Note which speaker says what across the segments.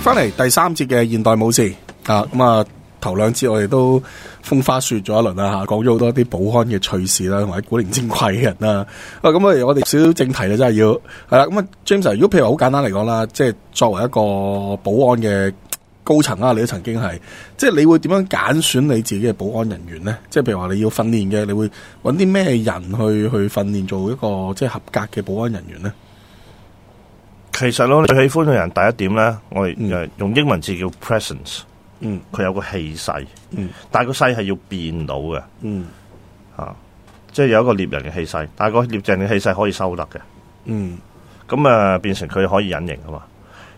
Speaker 1: 翻嚟第三節嘅現代武士啊，咁啊頭兩節我哋都風花雪咗一輪啦嚇，講咗好多啲保安嘅趣事啦，同埋古靈精怪嘅人啦。啊，咁啊，我哋少少正題啦，真係要係啦。咁啊，James，啊如果譬如好簡單嚟講啦，即係作為一個保安嘅高層啊啦，你都曾經係，即係你會點樣揀選你自己嘅保安人員呢？即係譬如話你要訓練嘅，你會揾啲咩人去去訓練做一個即係合格嘅保安人員呢？
Speaker 2: 其實咯，最喜歡嘅人第一點咧，我哋
Speaker 1: 嗯
Speaker 2: 誒用英文字叫 presence，
Speaker 1: 嗯
Speaker 2: 佢有個氣勢，
Speaker 1: 嗯
Speaker 2: 但係個勢係要變到嘅，
Speaker 1: 嗯
Speaker 2: 即係有一個獵人嘅氣勢，但係個獵人嘅氣勢可以收得嘅，
Speaker 1: 嗯
Speaker 2: 咁啊變成佢可以隱形啊嘛。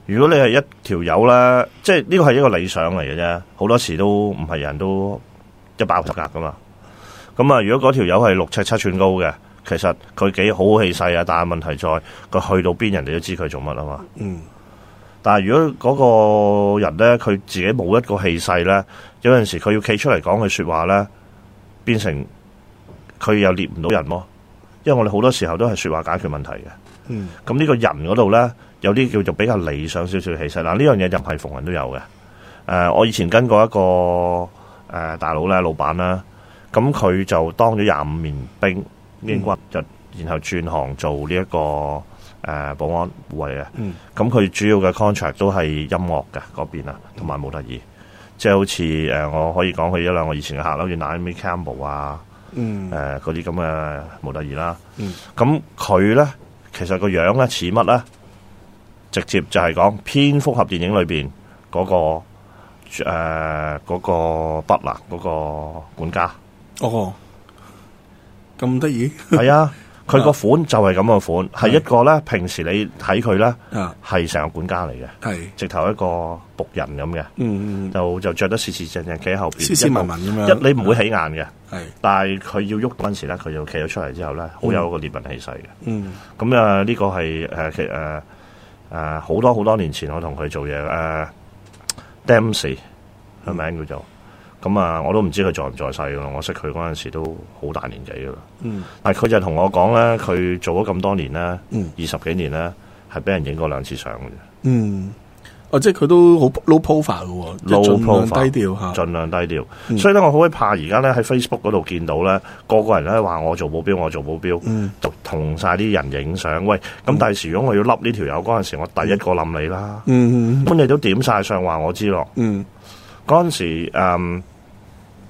Speaker 2: 如果你係一條友啦，即係呢個係一個理想嚟嘅啫，好多時都唔係人都一百十格噶嘛。咁啊，如果嗰條友係六尺七寸高嘅，其實佢幾好氣勢啊，但係問題在佢去到邊，人哋都知佢做乜啊嘛。
Speaker 1: 嗯
Speaker 2: 但係如果嗰個人咧，佢自己冇一個氣勢咧，有陣時佢要企出嚟講句説話咧，變成佢又獵唔到人咯。因為我哋好多時候都係説話解決問題嘅。
Speaker 1: 嗯
Speaker 2: 咁呢個人嗰度咧，有啲叫做比較理想少少嘅氣勢。嗱，呢樣嘢就唔係逢人都有嘅。誒、我以前跟過一個誒、大佬咧，老闆啦，咁佢就當咗廿五年兵英軍，就然後轉行做呢、一個誒、保安護衛嘅。
Speaker 1: 嗯
Speaker 2: 咁佢主要嘅 contract 都係音樂嘅嗰邊啊，同埋模特兒，即係好似誒、呃我可以講佢一兩個以前嘅客啦，好似 Naomi Campbell 啊，
Speaker 1: 嗯
Speaker 2: 誒嗰啲咁嘅模特兒啦
Speaker 1: 嗯。
Speaker 2: 咁佢咧其實個樣咧似乜咧？直接就係講蝙蝠俠電影裏邊嗰個呃誒嗰、個 butler 嗰個管家，
Speaker 1: 哦，咁得意
Speaker 2: 係啊，佢個款就係咁嘅款，係一個咧平時你睇佢咧
Speaker 1: 啊，
Speaker 2: 係成個管家嚟嘅。
Speaker 1: 係
Speaker 2: 直頭一個仆人咁嘅，
Speaker 1: 嗯嗯嗯，
Speaker 2: 就就着得四四正正企喺後邊，
Speaker 1: 斯斯文啊文咁樣，
Speaker 2: 一你唔會起眼嘅，
Speaker 1: 係
Speaker 2: 但係佢要喐嗰陣時咧，佢就企咗出嚟之後咧，好有個獵人氣勢嘅。
Speaker 1: 嗯
Speaker 2: 咁啊，呢個係誒其誒誒好多好多年前我同佢做嘢誒 Dempsey 佢
Speaker 1: 嗯
Speaker 2: 名叫做。咁啊，我都唔知佢在唔在世噶啦。我識佢嗰陣時都好大年紀噶啦，
Speaker 1: 嗯
Speaker 2: 但係佢就同我講咧，佢做咗咁多年咧，
Speaker 1: 嗯
Speaker 2: 二十幾年咧，係俾人影過兩次相嘅啫。
Speaker 1: 嗯，哦，即係佢都好 low profile 嘅喎，即係盡
Speaker 2: Low
Speaker 1: 量
Speaker 2: profile，
Speaker 1: 低調嚇，
Speaker 2: 盡量低調。
Speaker 1: 嗯
Speaker 2: 所以咧，我好鬼怕而家咧喺 Facebook 嗰度見到咧，個個人咧話我做保鏢，我做保鏢，
Speaker 1: 嗯
Speaker 2: 就同晒啲人影相。喂，咁第時如果我要笠呢條友嗰陣時，我第一個冧你啦。
Speaker 1: 嗯嗯
Speaker 2: 咁你都點晒相話我知咯。
Speaker 1: 嗯
Speaker 2: 嗰陣時，嗯，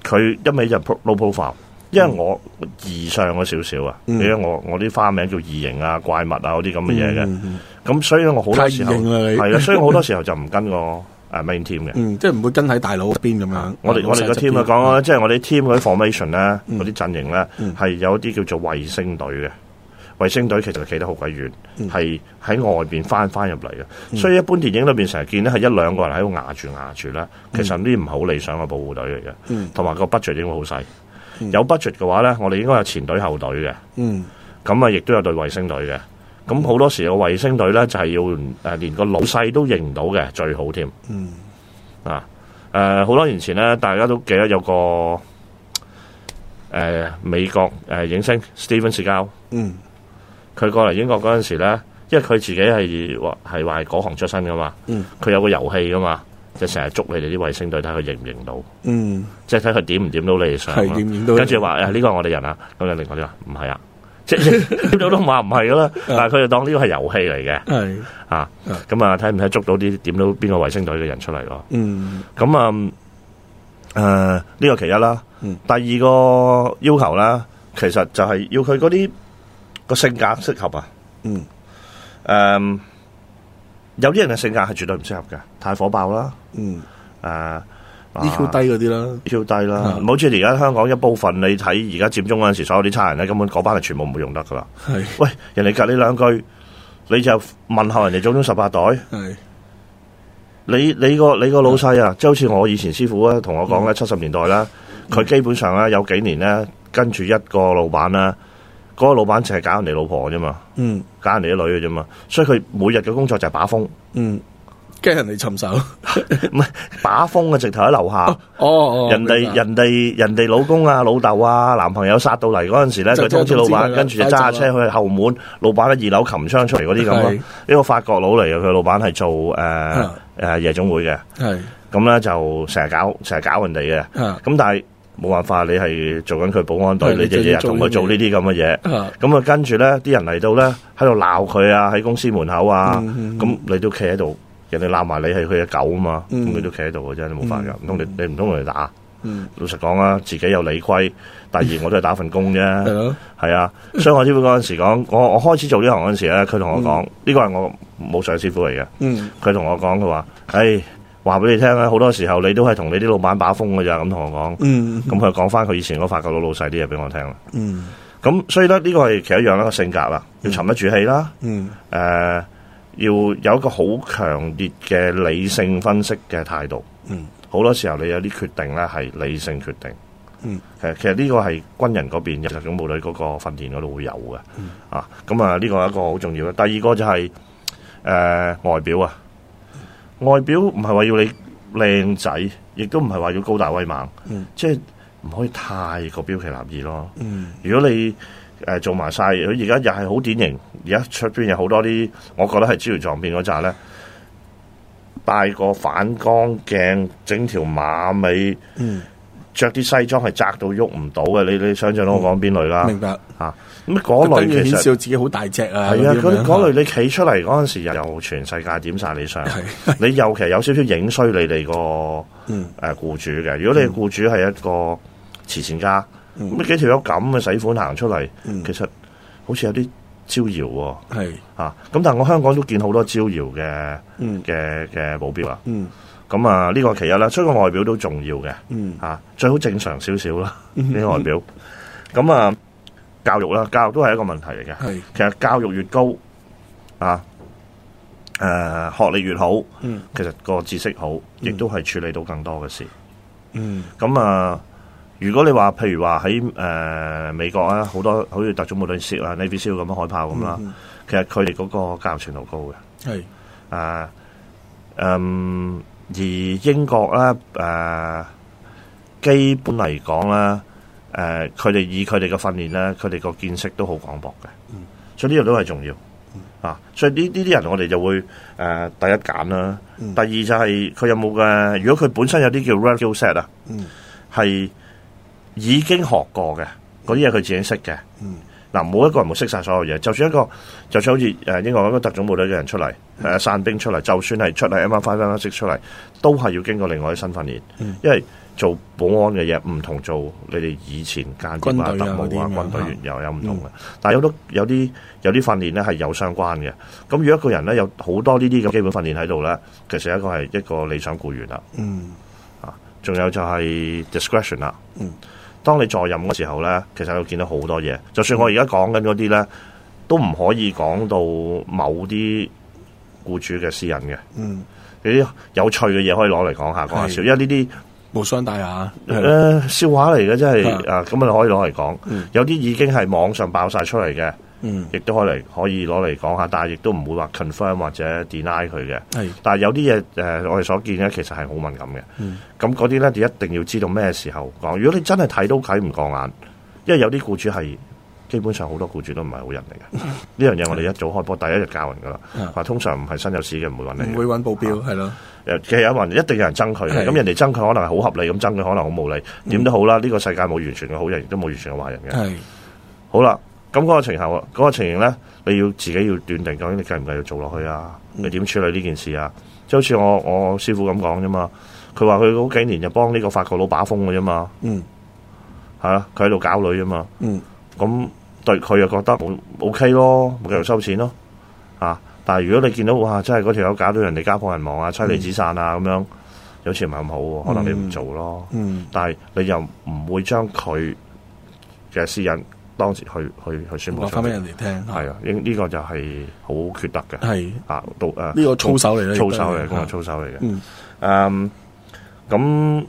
Speaker 2: 佢一味就 pro- low profile。因為我異上咗少少啊，
Speaker 1: 嗯
Speaker 2: 因為我我啲花名叫異形啊、怪物啊嗰啲咁嘅嘢嘅，
Speaker 1: 嘅，
Speaker 2: 咁所以我
Speaker 1: 嗯
Speaker 2: 好
Speaker 1: 太
Speaker 2: 多
Speaker 1: 異
Speaker 2: 時候
Speaker 1: 形啦你
Speaker 2: 係啦，啊所以我好多時候就唔跟個誒 main team 嘅。
Speaker 1: 嗯，即係唔會跟喺大佬邊咁樣。
Speaker 2: 我哋我哋個 team 啊講啦，即係我哋 team 嗰啲 formation 咧，嗰啲陣型咧
Speaker 1: 嗯
Speaker 2: 係有啲叫做衛星隊嘅。衛星隊其實企得好鬼遠，
Speaker 1: 嗯
Speaker 2: 係喺外邊翻翻入嚟嘅，所以一般電影裏邊成日見咧係一兩個人喺度壓住壓住咧，其實呢啲唔係好理想嘅保護隊嚟
Speaker 1: 嗯
Speaker 2: 嘅，同埋個 budget 應該好細。有 budget 嘅話咧，我哋應該有前隊後隊嘅，
Speaker 1: 嗯
Speaker 2: 咁啊亦都有隊衛星隊嘅。咁好多時個衛星隊咧就係要誒連個老細都認唔到嘅最好添。
Speaker 1: 嗯
Speaker 2: 啊，誒、好多年前咧，大家都記得有個誒、美國誒、影星 Steven Seagal，
Speaker 1: 嗯
Speaker 2: 佢過嚟英國嗰陣時咧，因為佢自己係話係話係嗰行出身噶嘛，
Speaker 1: 嗯
Speaker 2: 佢有個遊戲噶嘛，就成日捉你哋啲衛星隊睇佢認唔認到，
Speaker 1: 嗯，
Speaker 2: 即係睇佢點唔點到你哋上
Speaker 1: 係
Speaker 2: 啦。
Speaker 1: 點點到，
Speaker 2: 跟住話誒呢個係我哋人啊，咁另外啲話唔係啊， 即係點到都話唔係噶啦，但係佢就當呢個係遊戲嚟嘅
Speaker 1: 係
Speaker 2: 啊
Speaker 1: 嗯，
Speaker 2: 咁啊睇唔睇捉到啲點到邊個衛星隊嘅人出嚟咯。
Speaker 1: 嗯
Speaker 2: 咁啊，誒、呢、個其一啦。
Speaker 1: 嗯
Speaker 2: 第二個要求啦，其實就係要佢嗰啲個性格適合啊。
Speaker 1: 嗯
Speaker 2: 誒、有啲人嘅性格係絕對唔適合嘅，太火爆啦。呃
Speaker 1: 嗯
Speaker 2: 誒、啊
Speaker 1: EQ E 低嗰啲啦，
Speaker 2: 低，EQ 低啦。
Speaker 1: 嗯
Speaker 2: 唔好似而家香港一部分，你睇而家佔中嗰陣時，所有啲差人咧，根本嗰班係全部唔會用得噶啦。
Speaker 1: 係
Speaker 2: 喂，人哋隔你兩句，你就問候人哋祖宗十八代。
Speaker 1: 係
Speaker 2: 你你個你個
Speaker 1: 嗯
Speaker 2: 老細啊，即係好似我以前師傅啊，同我講咧，七十年代啦，佢
Speaker 1: 嗯
Speaker 2: 基本上咧有幾年咧跟住一個老闆啦，嗰、個老闆淨係搞人哋老婆啫嘛，
Speaker 1: 嗯
Speaker 2: 搞人哋啲女嘅啫嘛，所以佢每日嘅工作就係把風，
Speaker 1: 嗯，惊人哋尋仇。
Speaker 2: 唔係把風啊嘅直頭喺樓下
Speaker 1: 哦。哦，
Speaker 2: 人
Speaker 1: 明白
Speaker 2: 哋人哋人哋老公啊、老豆啊、男朋友殺到嚟嗰陣時咧，
Speaker 1: 就
Speaker 2: 佢通知老
Speaker 1: 就知佢
Speaker 2: 闆，
Speaker 1: 啦啊
Speaker 2: 跟住就揸下車去後門，老闆喺二樓擒槍出嚟嗰啲咁咯。
Speaker 1: 係啊
Speaker 2: 呢個法國佬嚟嘅，佢老闆係做誒誒夜總會嘅，
Speaker 1: 係
Speaker 2: 咁咧就成日搞成日搞人哋嘅。
Speaker 1: 啊
Speaker 2: 咁但係冇辦法，你係做緊佢保安隊，
Speaker 1: 係
Speaker 2: 你就
Speaker 1: 你就
Speaker 2: 日
Speaker 1: 要
Speaker 2: 日同佢做
Speaker 1: 做呢
Speaker 2: 呢啲咁嘅嘢。
Speaker 1: 啊，
Speaker 2: 咁啊，跟住咧，啲人嚟到咧，喺度鬧佢啊，喺公司門口啊，
Speaker 1: 嗯嗯
Speaker 2: 咁你都企喺度，人哋鬧埋你係佢嘅狗啊嘛，咁
Speaker 1: 嗯
Speaker 2: 你都企喺度嘅啫，你冇法㗎，
Speaker 1: 嗯
Speaker 2: 唔通你你唔通同你打？
Speaker 1: 嗯，
Speaker 2: 老實講啊，自己有理虧，第二我都係打份 工
Speaker 1: 係
Speaker 2: 啫，
Speaker 1: 咯，
Speaker 2: 係啊。所以我師傅嗰陣時講，我我開始做呢行嗰陣時咧，佢同我講，呢個係我冇上師傅嚟嘅，
Speaker 1: 嗯
Speaker 2: 佢同我講佢話，唉，話俾你聽啊，好多時候你都係同你啲老闆把風㗎咋，咁同我講。
Speaker 1: 嗯
Speaker 2: 咁佢講翻佢以前嗰法國佬老細啲嘢俾我聽啦。
Speaker 1: 嗯
Speaker 2: 咁所以咧，呢個係其中一樣啦，個性格啦，要沉得住氣啦，
Speaker 1: 嗯
Speaker 2: 誒、呃要有一個好強烈嘅理性分析嘅態度。
Speaker 1: 嗯，
Speaker 2: 好多時候你有啲決定咧係理性決定。
Speaker 1: 嗯，
Speaker 2: 其實其實呢個係軍人嗰邊入警部隊嗰個訓練嗰度會有嘅。
Speaker 1: 嗯
Speaker 2: 啊，咁啊呢個係一個好重要嘅。第二個就係、誒、外表啊，外表唔係話要你靚仔，亦都唔係話要高大威猛，
Speaker 1: 嗯
Speaker 2: 即係唔可以太過標奇立異咯。
Speaker 1: 嗯
Speaker 2: 如果你誒、呃做埋晒，佢而家又係好典型。而家出邊有好多啲，我覺得係招搖撞騙嗰扎咧，戴個反光鏡，整條馬尾，
Speaker 1: 嗯，
Speaker 2: 着啲西裝係窄到喐唔到嘅。你你想象到我講邊類啦？
Speaker 1: 嗯明白。
Speaker 2: 咁啊嗰
Speaker 1: 等
Speaker 2: 類
Speaker 1: 於
Speaker 2: 其
Speaker 1: 顯
Speaker 2: 實
Speaker 1: 示到自己好大隻啊，
Speaker 2: 係啊，
Speaker 1: 咁
Speaker 2: 嗰
Speaker 1: 樣
Speaker 2: 嗰類你企出嚟嗰陣時，又全世界點晒 你相。
Speaker 1: 係
Speaker 2: 你尤其有少少影衰你哋個
Speaker 1: 嗯
Speaker 2: 誒僱主嘅。如果你嘅僱主係一個慈善家，咁、你幾條友咁嘅使款行出嚟，
Speaker 1: 嗯
Speaker 2: 其實好似有啲招搖喎、
Speaker 1: 係
Speaker 2: 啊！咁但係我香港都見好多招搖嘅
Speaker 1: 嗯
Speaker 2: 嘅嘅保鏢啊，
Speaker 1: 嗯
Speaker 2: 咁啊呢個其一啦，所以個外表都重要嘅
Speaker 1: 嗯
Speaker 2: 啊，最好正常少少啦呢個外表。咁啊教育啦，教育都係一個問題嚟嘅。
Speaker 1: 係
Speaker 2: 其實教育越高啊，誒、學歷越好，
Speaker 1: 嗯
Speaker 2: 其實個知識好，亦都係處理到更多嘅事。
Speaker 1: 嗯
Speaker 2: 咁啊，如果你話譬如話喺誒美國啊，好多好似特種部隊 SEAL 啊、Navy SEAL 咁樣海豹咁
Speaker 1: 嗯
Speaker 2: 啦，其實佢哋嗰個教育程度高嘅。
Speaker 1: 係
Speaker 2: 啊，嗯，而英國咧，誒、基本嚟講咧，誒佢哋以佢哋嘅訓練咧，佢哋個見識都好廣博嘅，所以呢樣都係重要。啊！所以呢呢啲人我哋就會誒、呃第一揀啦，第二就係佢有冇嘅。如果佢本身有啲叫 r e skill set 啊，
Speaker 1: 嗯
Speaker 2: 係已經學過嘅嗰啲嘢，佢自己識嘅。
Speaker 1: 嗯
Speaker 2: 嗱，冇一個人冇識晒所有嘢。就算一個，就算好似誒英國嗰個特種部隊嘅人出嚟，誒、
Speaker 1: 嗯
Speaker 2: 散兵出嚟，就算係出嚟 M 5 M 6出嚟，都係要經過另外嘅新訓練，
Speaker 1: 嗯
Speaker 2: 因為做保安嘅嘢唔同做你哋以前間諜啊、
Speaker 1: 軍
Speaker 2: 特
Speaker 1: 隊啊嗯
Speaker 2: 務啊、
Speaker 1: 嗰啲咁樣
Speaker 2: 軍隊員又有唔同嘅。但係有都有啲有啲訓練咧係有相關嘅。咁如果一個人咧有好多呢啲咁基本訓練喺度咧，其實一個係一個理想僱員啦。
Speaker 1: 嗯
Speaker 2: 仲有就係 discretion 啦。
Speaker 1: 嗯，
Speaker 2: 當你在任嗰時候咧，其實我見到好多嘢。就算我而家講緊嗰啲咧，都唔可以講到某啲僱主嘅私隱嘅。
Speaker 1: 嗯，
Speaker 2: 有啲有趣嘅嘢可以攞嚟講下講下笑，
Speaker 1: 係
Speaker 2: 因為呢啲
Speaker 1: 無傷大雅，係啦
Speaker 2: 誒笑話嚟嘅，真係
Speaker 1: 係
Speaker 2: 啊咁啊可以攞嚟講。
Speaker 1: 嗯
Speaker 2: 有啲已經係網上爆晒出嚟嘅，
Speaker 1: 嗯
Speaker 2: 亦都可以嚟可以攞嚟講下，但係亦都唔會話 confirm 或者 deny 佢嘅。
Speaker 1: 係
Speaker 2: 但係有啲嘢誒，我哋所見咧，其實係好敏感嘅。
Speaker 1: 嗯
Speaker 2: 咁嗰啲咧，你一定要知道咩時候講。如果你真係睇都睇唔過眼，因為有啲僱主係基本上好多僱主都唔係好人嚟嘅。呢樣嘢我哋一早開波第一日教人噶啦
Speaker 1: 嗯，
Speaker 2: 話通常唔係新有事嘅唔會揾你
Speaker 1: 唔
Speaker 2: 嘅。
Speaker 1: 會揾保鏢係咯，
Speaker 2: 誒其實有人一定有人爭佢嘅，
Speaker 1: 係嗯
Speaker 2: 咁人哋爭佢可能係好合理，咁爭佢可能好無理。點都好啦，呢個世界冇完全嘅好人，亦都冇完全嘅壞人嘅。
Speaker 1: 係
Speaker 2: 好啦，咁嗰個情候，嗰、個情形咧，你要自己要斷定究竟你繼唔繼續做落去啊？你點處理呢件事啊？即係好似我我師傅咁講啫嘛，佢話佢嗰幾年就幫呢個法國佬把風嘅啫嘛，
Speaker 1: 嗯
Speaker 2: 係啊，佢喺度搞女啫嘛，
Speaker 1: 嗯
Speaker 2: 咁對佢又覺得冇 OK 咯，咪繼續收錢咯，啊！但係如果你見到哇，真係嗰條友搞到人哋家破人亡啊、妻離子散啊咁樣，有時唔係咁好喎，可能你唔做咯。
Speaker 1: 嗯
Speaker 2: 但係你又唔會將佢嘅私隱當時去去去宣佈
Speaker 1: 話
Speaker 2: 出
Speaker 1: 翻俾
Speaker 2: 嚟，
Speaker 1: 人哋聽
Speaker 2: 係啊，應呢、個就係好缺德嘅
Speaker 1: 係
Speaker 2: 啊，到誒
Speaker 1: 呢啊個操守嚟咧，
Speaker 2: 操守嚟，
Speaker 1: 亦
Speaker 2: 嗰
Speaker 1: 都
Speaker 2: 個
Speaker 1: 係
Speaker 2: 操守嚟嘅。
Speaker 1: 嗯
Speaker 2: 嗯，咁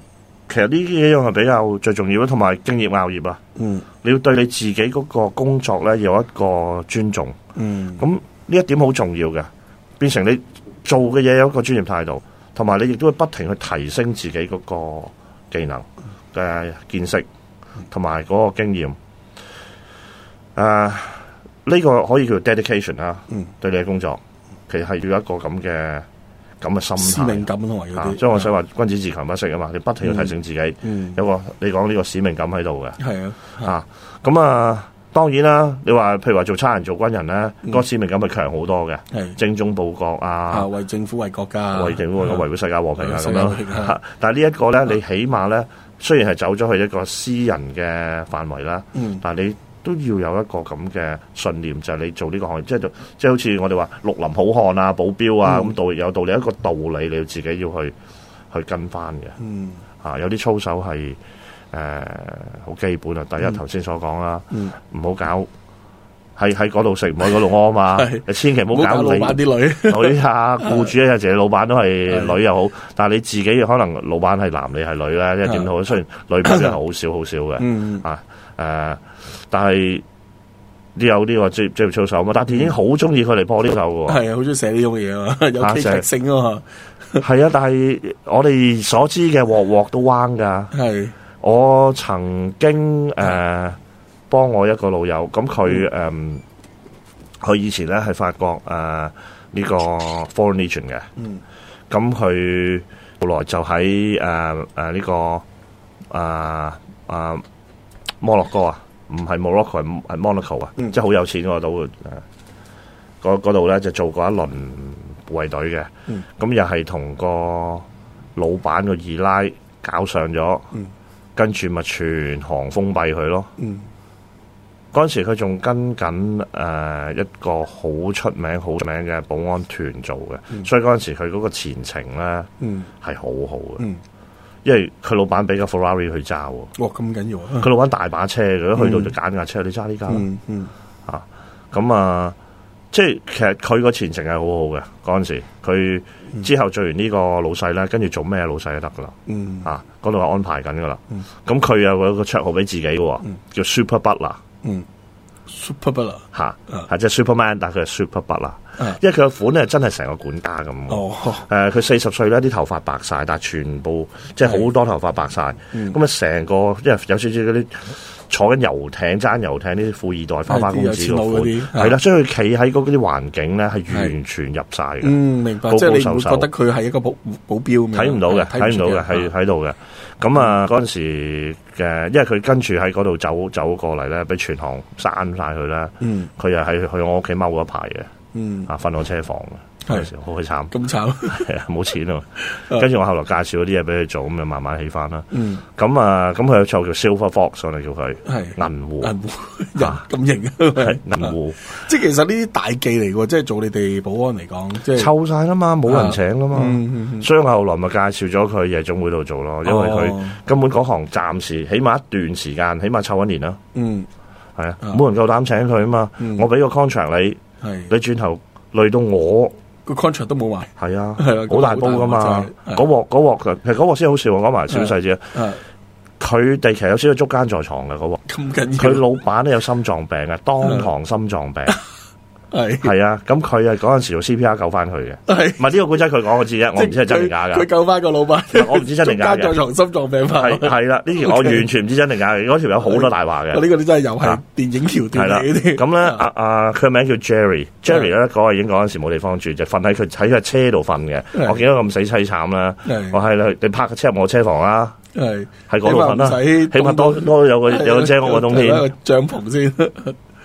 Speaker 2: 其實呢幾樣係比較最重要啦，同埋敬業樂業啊，
Speaker 1: 嗯
Speaker 2: 你要對你自己嗰個工作咧有一個尊重，
Speaker 1: 嗯
Speaker 2: 咁呢一點好重要嘅，變成你做嘅嘢有一個專業態度，同埋你亦都會不停去提升自己嗰個技能嘅見識，同埋嗰個經驗。誒、呃呢、個可以叫 dedication 啦，
Speaker 1: 嗯
Speaker 2: 對你嘅工作，其實係要有一個咁嘅咁嘅心
Speaker 1: 使
Speaker 2: 態
Speaker 1: 命。感同埋
Speaker 2: 啊
Speaker 1: 嗰！啲，
Speaker 2: 所以我想話君子自強不息啊嘛，你不停要提醒自己，
Speaker 1: 嗯，
Speaker 2: 有個你講呢個使命感喺度嘅。
Speaker 1: 係啊，
Speaker 2: 啊，咁啊，當然啦，你話譬如話做差人、做軍人咧，個使命感係強好多嘅，
Speaker 1: 係
Speaker 2: 精忠報國
Speaker 1: 啊，
Speaker 2: 啊，
Speaker 1: 為政府為國家，
Speaker 2: 為政府
Speaker 1: 啊
Speaker 2: 維護世界和平啊
Speaker 1: 係
Speaker 2: 咁
Speaker 1: 世界和平
Speaker 2: 樣。
Speaker 1: 啊
Speaker 2: 嚇 但係呢一個咧，你起碼咧，雖然係走咗去一個私人嘅範圍啦，
Speaker 1: 嗯
Speaker 2: 但係你。都要有一個咁嘅信念，就係、你做呢個行業，即係就即係好似我哋話綠林好漢啊、保鏢啊
Speaker 1: 嗯
Speaker 2: 咁道有道理一個道理，你要自己要去去跟翻嘅。
Speaker 1: 嗯
Speaker 2: 啊，有啲操守係誒好基本啊。第一
Speaker 1: 嗯
Speaker 2: 頭先所講啦，
Speaker 1: 嗯，
Speaker 2: 唔好搞喺喺嗰度食，唔好喺嗰度屙嘛
Speaker 1: 係。
Speaker 2: 你千祈唔
Speaker 1: 唔好
Speaker 2: 好
Speaker 1: 搞
Speaker 2: 搞
Speaker 1: 老
Speaker 2: 你
Speaker 1: 闆啲 女，
Speaker 2: 女啊，僱主啊，自己老闆都
Speaker 1: 係
Speaker 2: 係女又好，但係你自己可能老闆係男，你係女啦，即係點都好。雖然女比例係好少好少嘅，誒、
Speaker 1: 嗯
Speaker 2: 但係。都有呢個職職業操守嘛，但係電影好中意佢哋破呢嚿嘅喎。
Speaker 1: 係啊，好中意寫呢種嘢啊嘛，有
Speaker 2: 啊
Speaker 1: 戲
Speaker 2: 就
Speaker 1: 劇
Speaker 2: 係
Speaker 1: 性啊嘛，
Speaker 2: 係啊，但係我哋所知嘅鑊鑊都彎㗎。
Speaker 1: 係
Speaker 2: 我曾經誒、
Speaker 1: 嗯
Speaker 2: 呃、幫我一個老友，咁佢
Speaker 1: 嗯
Speaker 2: 誒佢以前咧係法國誒呢、個 Foreign Legion 嘅，
Speaker 1: 嗯
Speaker 2: 咁佢後來就喺誒誒呢個誒誒、呃摩洛哥啊，唔係 Morocco 係係 Monaco 啊，
Speaker 1: 嗯
Speaker 2: 即係好有錢嗰度誒嗰嗰度咧就做過一輪護衛隊嘅，咁、
Speaker 1: 嗯
Speaker 2: 又係同個老闆個二奶搞上咗。
Speaker 1: 嗯
Speaker 2: 跟住咪全行封閉佢咯。
Speaker 1: 嗯
Speaker 2: 嗰陣時佢仲跟緊誒、呃一個好出名、好出名嘅保安團做嘅，
Speaker 1: 嗯
Speaker 2: 所以嗰陣時佢嗰個前程咧
Speaker 1: 嗯
Speaker 2: 係好好嘅，
Speaker 1: 嗯，
Speaker 2: 因為佢老闆俾架 Ferrari 去揸喎，
Speaker 1: 哇咁緊要啊，
Speaker 2: 佢老闆大把車嘅，一去到
Speaker 1: 嗯
Speaker 2: 就揀架車，你揸呢架啦
Speaker 1: 嗯嗯
Speaker 2: 咁啊，即係其實佢個前程係好好嘅嗰陣時，佢之後做完呢個老細咧，跟住做咩老細就得噶啦。
Speaker 1: 嗯
Speaker 2: 啊，嗰度係安排緊噶啦
Speaker 1: 嗯。
Speaker 2: 咁佢又有個綽號俾自己嘅喎
Speaker 1: 嗯，
Speaker 2: 叫 Super Butler。
Speaker 1: 嗯，super b u t l e
Speaker 2: 吓，
Speaker 1: 啊
Speaker 2: 係即係 Superman，但係佢係 Super 白啦
Speaker 1: 啊，
Speaker 2: 因為佢個款咧真係成個管家咁。
Speaker 1: 哦，
Speaker 2: 誒，佢四十歲咧，啲頭髮白晒，但係全部即係好多頭髮白晒。
Speaker 1: 嗯
Speaker 2: 咁啊，成個因為有少少嗰啲坐緊遊艇、爭遊艇啲富二代、花花公子
Speaker 1: 係哎啲有錢
Speaker 2: 個款
Speaker 1: 佬嗰啲，啊
Speaker 2: 係啦，所以佢企喺嗰啲環境咧係完全入晒嘅，
Speaker 1: 嗯明白，
Speaker 2: 高
Speaker 1: 即係你
Speaker 2: 高
Speaker 1: 唔
Speaker 2: 瘦
Speaker 1: 會
Speaker 2: 瘦
Speaker 1: 覺得佢係一個保保鏢咁樣，啊
Speaker 2: 睇唔到嘅，
Speaker 1: 係
Speaker 2: 睇唔到嘅，
Speaker 1: 啊
Speaker 2: 喺喺度嘅。咁啊，嗰陣時嘅，因為佢跟住喺嗰度走走過嚟咧，俾全行刪晒佢啦。
Speaker 1: 嗯
Speaker 2: 佢又喺去我屋企踎咗一排嘅。
Speaker 1: 嗯
Speaker 2: 啊，分我車房嘅，
Speaker 1: 係
Speaker 2: 嗰陣時好鬼慘，
Speaker 1: 咁慘，
Speaker 2: 係啊冇錢啊
Speaker 1: 啊
Speaker 2: 嘛。跟住我後來介紹嗰啲嘢俾佢做，咁就慢慢起翻啦。
Speaker 1: 嗯
Speaker 2: 咁啊，咁佢有做叫 Silver Fox，我哋叫佢
Speaker 1: 係。
Speaker 2: 銀
Speaker 1: 銀
Speaker 2: 狐，
Speaker 1: 戶人啊咁型
Speaker 2: 係
Speaker 1: 啊！
Speaker 2: 銀狐
Speaker 1: 即係其實呢啲大忌嚟喎，即係做你哋保安嚟講，即係啊
Speaker 2: 抽啊晒啦嘛，冇人請啦嘛。
Speaker 1: 嗯嗯
Speaker 2: 所以我後來咪介紹咗佢夜總會度做咯，因為佢
Speaker 1: 哦
Speaker 2: 根本嗰行暫時起碼一段時間，起碼湊一年啦，
Speaker 1: 嗯
Speaker 2: 係啊，
Speaker 1: 啊
Speaker 2: 冇人夠膽請佢啊嘛
Speaker 1: 嗯。
Speaker 2: 我俾個 contract 你，
Speaker 1: 係
Speaker 2: 你轉頭累到我。
Speaker 1: 個 contract 都冇埋，
Speaker 2: 係啊，
Speaker 1: 係啊
Speaker 2: 好大煲噶
Speaker 1: 好大鑊
Speaker 2: 嘛！
Speaker 1: 真係
Speaker 2: 嗰鑊嗰鑊，其實嗰鑊先好笑。我講埋小細節，
Speaker 1: 啊
Speaker 2: 佢哋其實有少少捉奸在床嘅嗰鑊，
Speaker 1: 咁緊
Speaker 2: 佢
Speaker 1: 要
Speaker 2: 老闆咧有心臟病啊，當堂心 臟病，
Speaker 1: 係
Speaker 2: 係啊，咁佢啊嗰陣時做 CPR 救翻佢嘅，唔
Speaker 1: 係，
Speaker 2: 係呢個古仔佢講我知啫，我唔知係真定假
Speaker 1: 佢佢
Speaker 2: 㗎，
Speaker 1: 救翻個老闆，
Speaker 2: 我唔知真定假
Speaker 1: 中間在
Speaker 2: 嘅，
Speaker 1: 床心臟病發，
Speaker 2: 係係啦，呢 條我
Speaker 1: OK
Speaker 2: 完全唔知真定假嘅，嗰條友好多大話
Speaker 1: 呢
Speaker 2: 嘅，
Speaker 1: 個你真係又係
Speaker 2: 啊
Speaker 1: 電影橋
Speaker 2: 係
Speaker 1: 段
Speaker 2: 啦，
Speaker 1: 嚟嘅啲。啊
Speaker 2: 咁咧啊啊，佢個名叫 Jerry，Jerry 咧嗰個已經嗰陣時冇地方住，就瞓喺佢喺佢車度瞓
Speaker 1: 係
Speaker 2: 嘅，我見到咁死凄慘啦，我
Speaker 1: 係
Speaker 2: 係啦，你泊個車入我車房啦。
Speaker 1: 係
Speaker 2: 喺嗰度瞓啦，
Speaker 1: 起碼唔使啊
Speaker 2: 起碼多多有個有個遮我個冬天。
Speaker 1: 有一個帳篷先，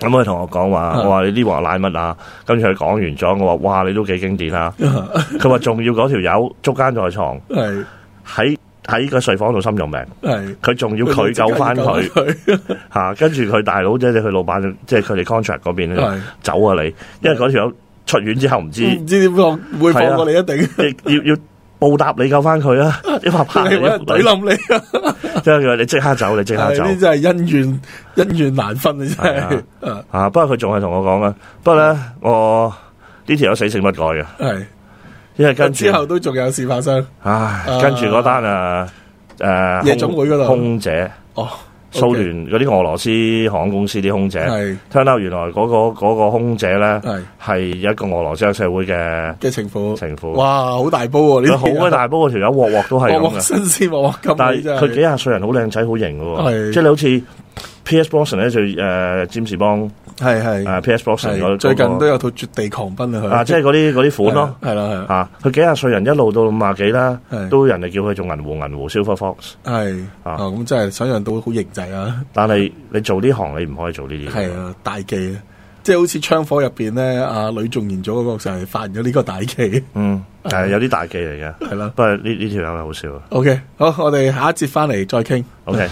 Speaker 2: 咁佢同我講話，
Speaker 1: 嗯
Speaker 2: 我話你呢鑊奶乜啊？跟住佢講完咗，我話哇，你都幾經典啊！佢話仲要嗰條友捉奸在床，
Speaker 1: 係
Speaker 2: 喺喺個睡房度心臟病，
Speaker 1: 係
Speaker 2: 佢仲要佢救翻佢
Speaker 1: 佢，
Speaker 2: 吓，跟住佢大佬即係佢老闆，即係佢哋 contract 嗰邊咧
Speaker 1: 係嗯
Speaker 2: 走啊你，因為嗰條友出院之後唔知
Speaker 1: 唔知點放會放過你一定，
Speaker 2: 要要要報答你救翻佢啊！ 一話拍
Speaker 1: 你
Speaker 2: 你
Speaker 1: 揾人懟冧你啊！
Speaker 2: 即係佢話你即刻走，你即刻
Speaker 1: 係
Speaker 2: 走
Speaker 1: 呢。啲真係恩怨 恩怨難分啊！真係，啊
Speaker 2: 啊！不過佢仲係同我講啊，不過咧，我呢條友死性不改嘅，
Speaker 1: 係
Speaker 2: 因為跟住
Speaker 1: 之，後都仲有事發生。
Speaker 2: 唉
Speaker 1: 啊，
Speaker 2: 跟住嗰單啊，誒，
Speaker 1: 夜總會嗰度
Speaker 2: 空空姐
Speaker 1: 哦，
Speaker 2: 蘇聯嗰啲俄羅斯航空公司啲空姐
Speaker 1: 係
Speaker 2: ，turn out 原來嗰、個嗰個空姐咧
Speaker 1: 係
Speaker 2: 係有一個俄羅斯黑社會嘅
Speaker 1: 嘅情婦，
Speaker 2: 情婦，
Speaker 1: 哇，好大煲喎！呢
Speaker 2: 佢
Speaker 1: 啲
Speaker 2: 好鬼 大波嗰條友，鑊鑊都係
Speaker 1: 鑊
Speaker 2: 咁
Speaker 1: 鑊
Speaker 2: 嘅。
Speaker 1: 新鮮，鑊鑊咁，
Speaker 2: 但係佢幾
Speaker 1: 啊真係
Speaker 2: 廿歲人好靚仔好型嘅
Speaker 1: 係
Speaker 2: 喎，即係你好似 P.S. Brosnan 咧最誒詹士邦
Speaker 1: 係係
Speaker 2: 誒 P.S. Brosnan 嗰
Speaker 1: 係最近都
Speaker 2: 有
Speaker 1: 有套《絕地狂奔》啊，
Speaker 2: 啊，
Speaker 1: 佢
Speaker 2: 即係嗰啲嗰啲款咯。啊
Speaker 1: 係啦啊係啦
Speaker 2: 嚇，佢幾廿歲人一路到五廿幾啦
Speaker 1: 係，
Speaker 2: 都人哋叫佢做銀湖銀湖 Silver Fox。
Speaker 1: 係啊，
Speaker 2: 啊
Speaker 1: 咁真係想像到好型仔啊！
Speaker 2: 但係你做呢行你唔可以做呢啲嘢
Speaker 1: 係。啊，大忌啊！即係好似《槍火》入邊咧，阿呂仲賢做嗰個就係犯咗呢個大忌，
Speaker 2: 嗯，係有啲大忌嚟嘅。
Speaker 1: 啊係啦。
Speaker 2: 不過呢呢條友係好笑啊。
Speaker 1: OK，好，我哋下一節翻嚟再傾。
Speaker 2: OK。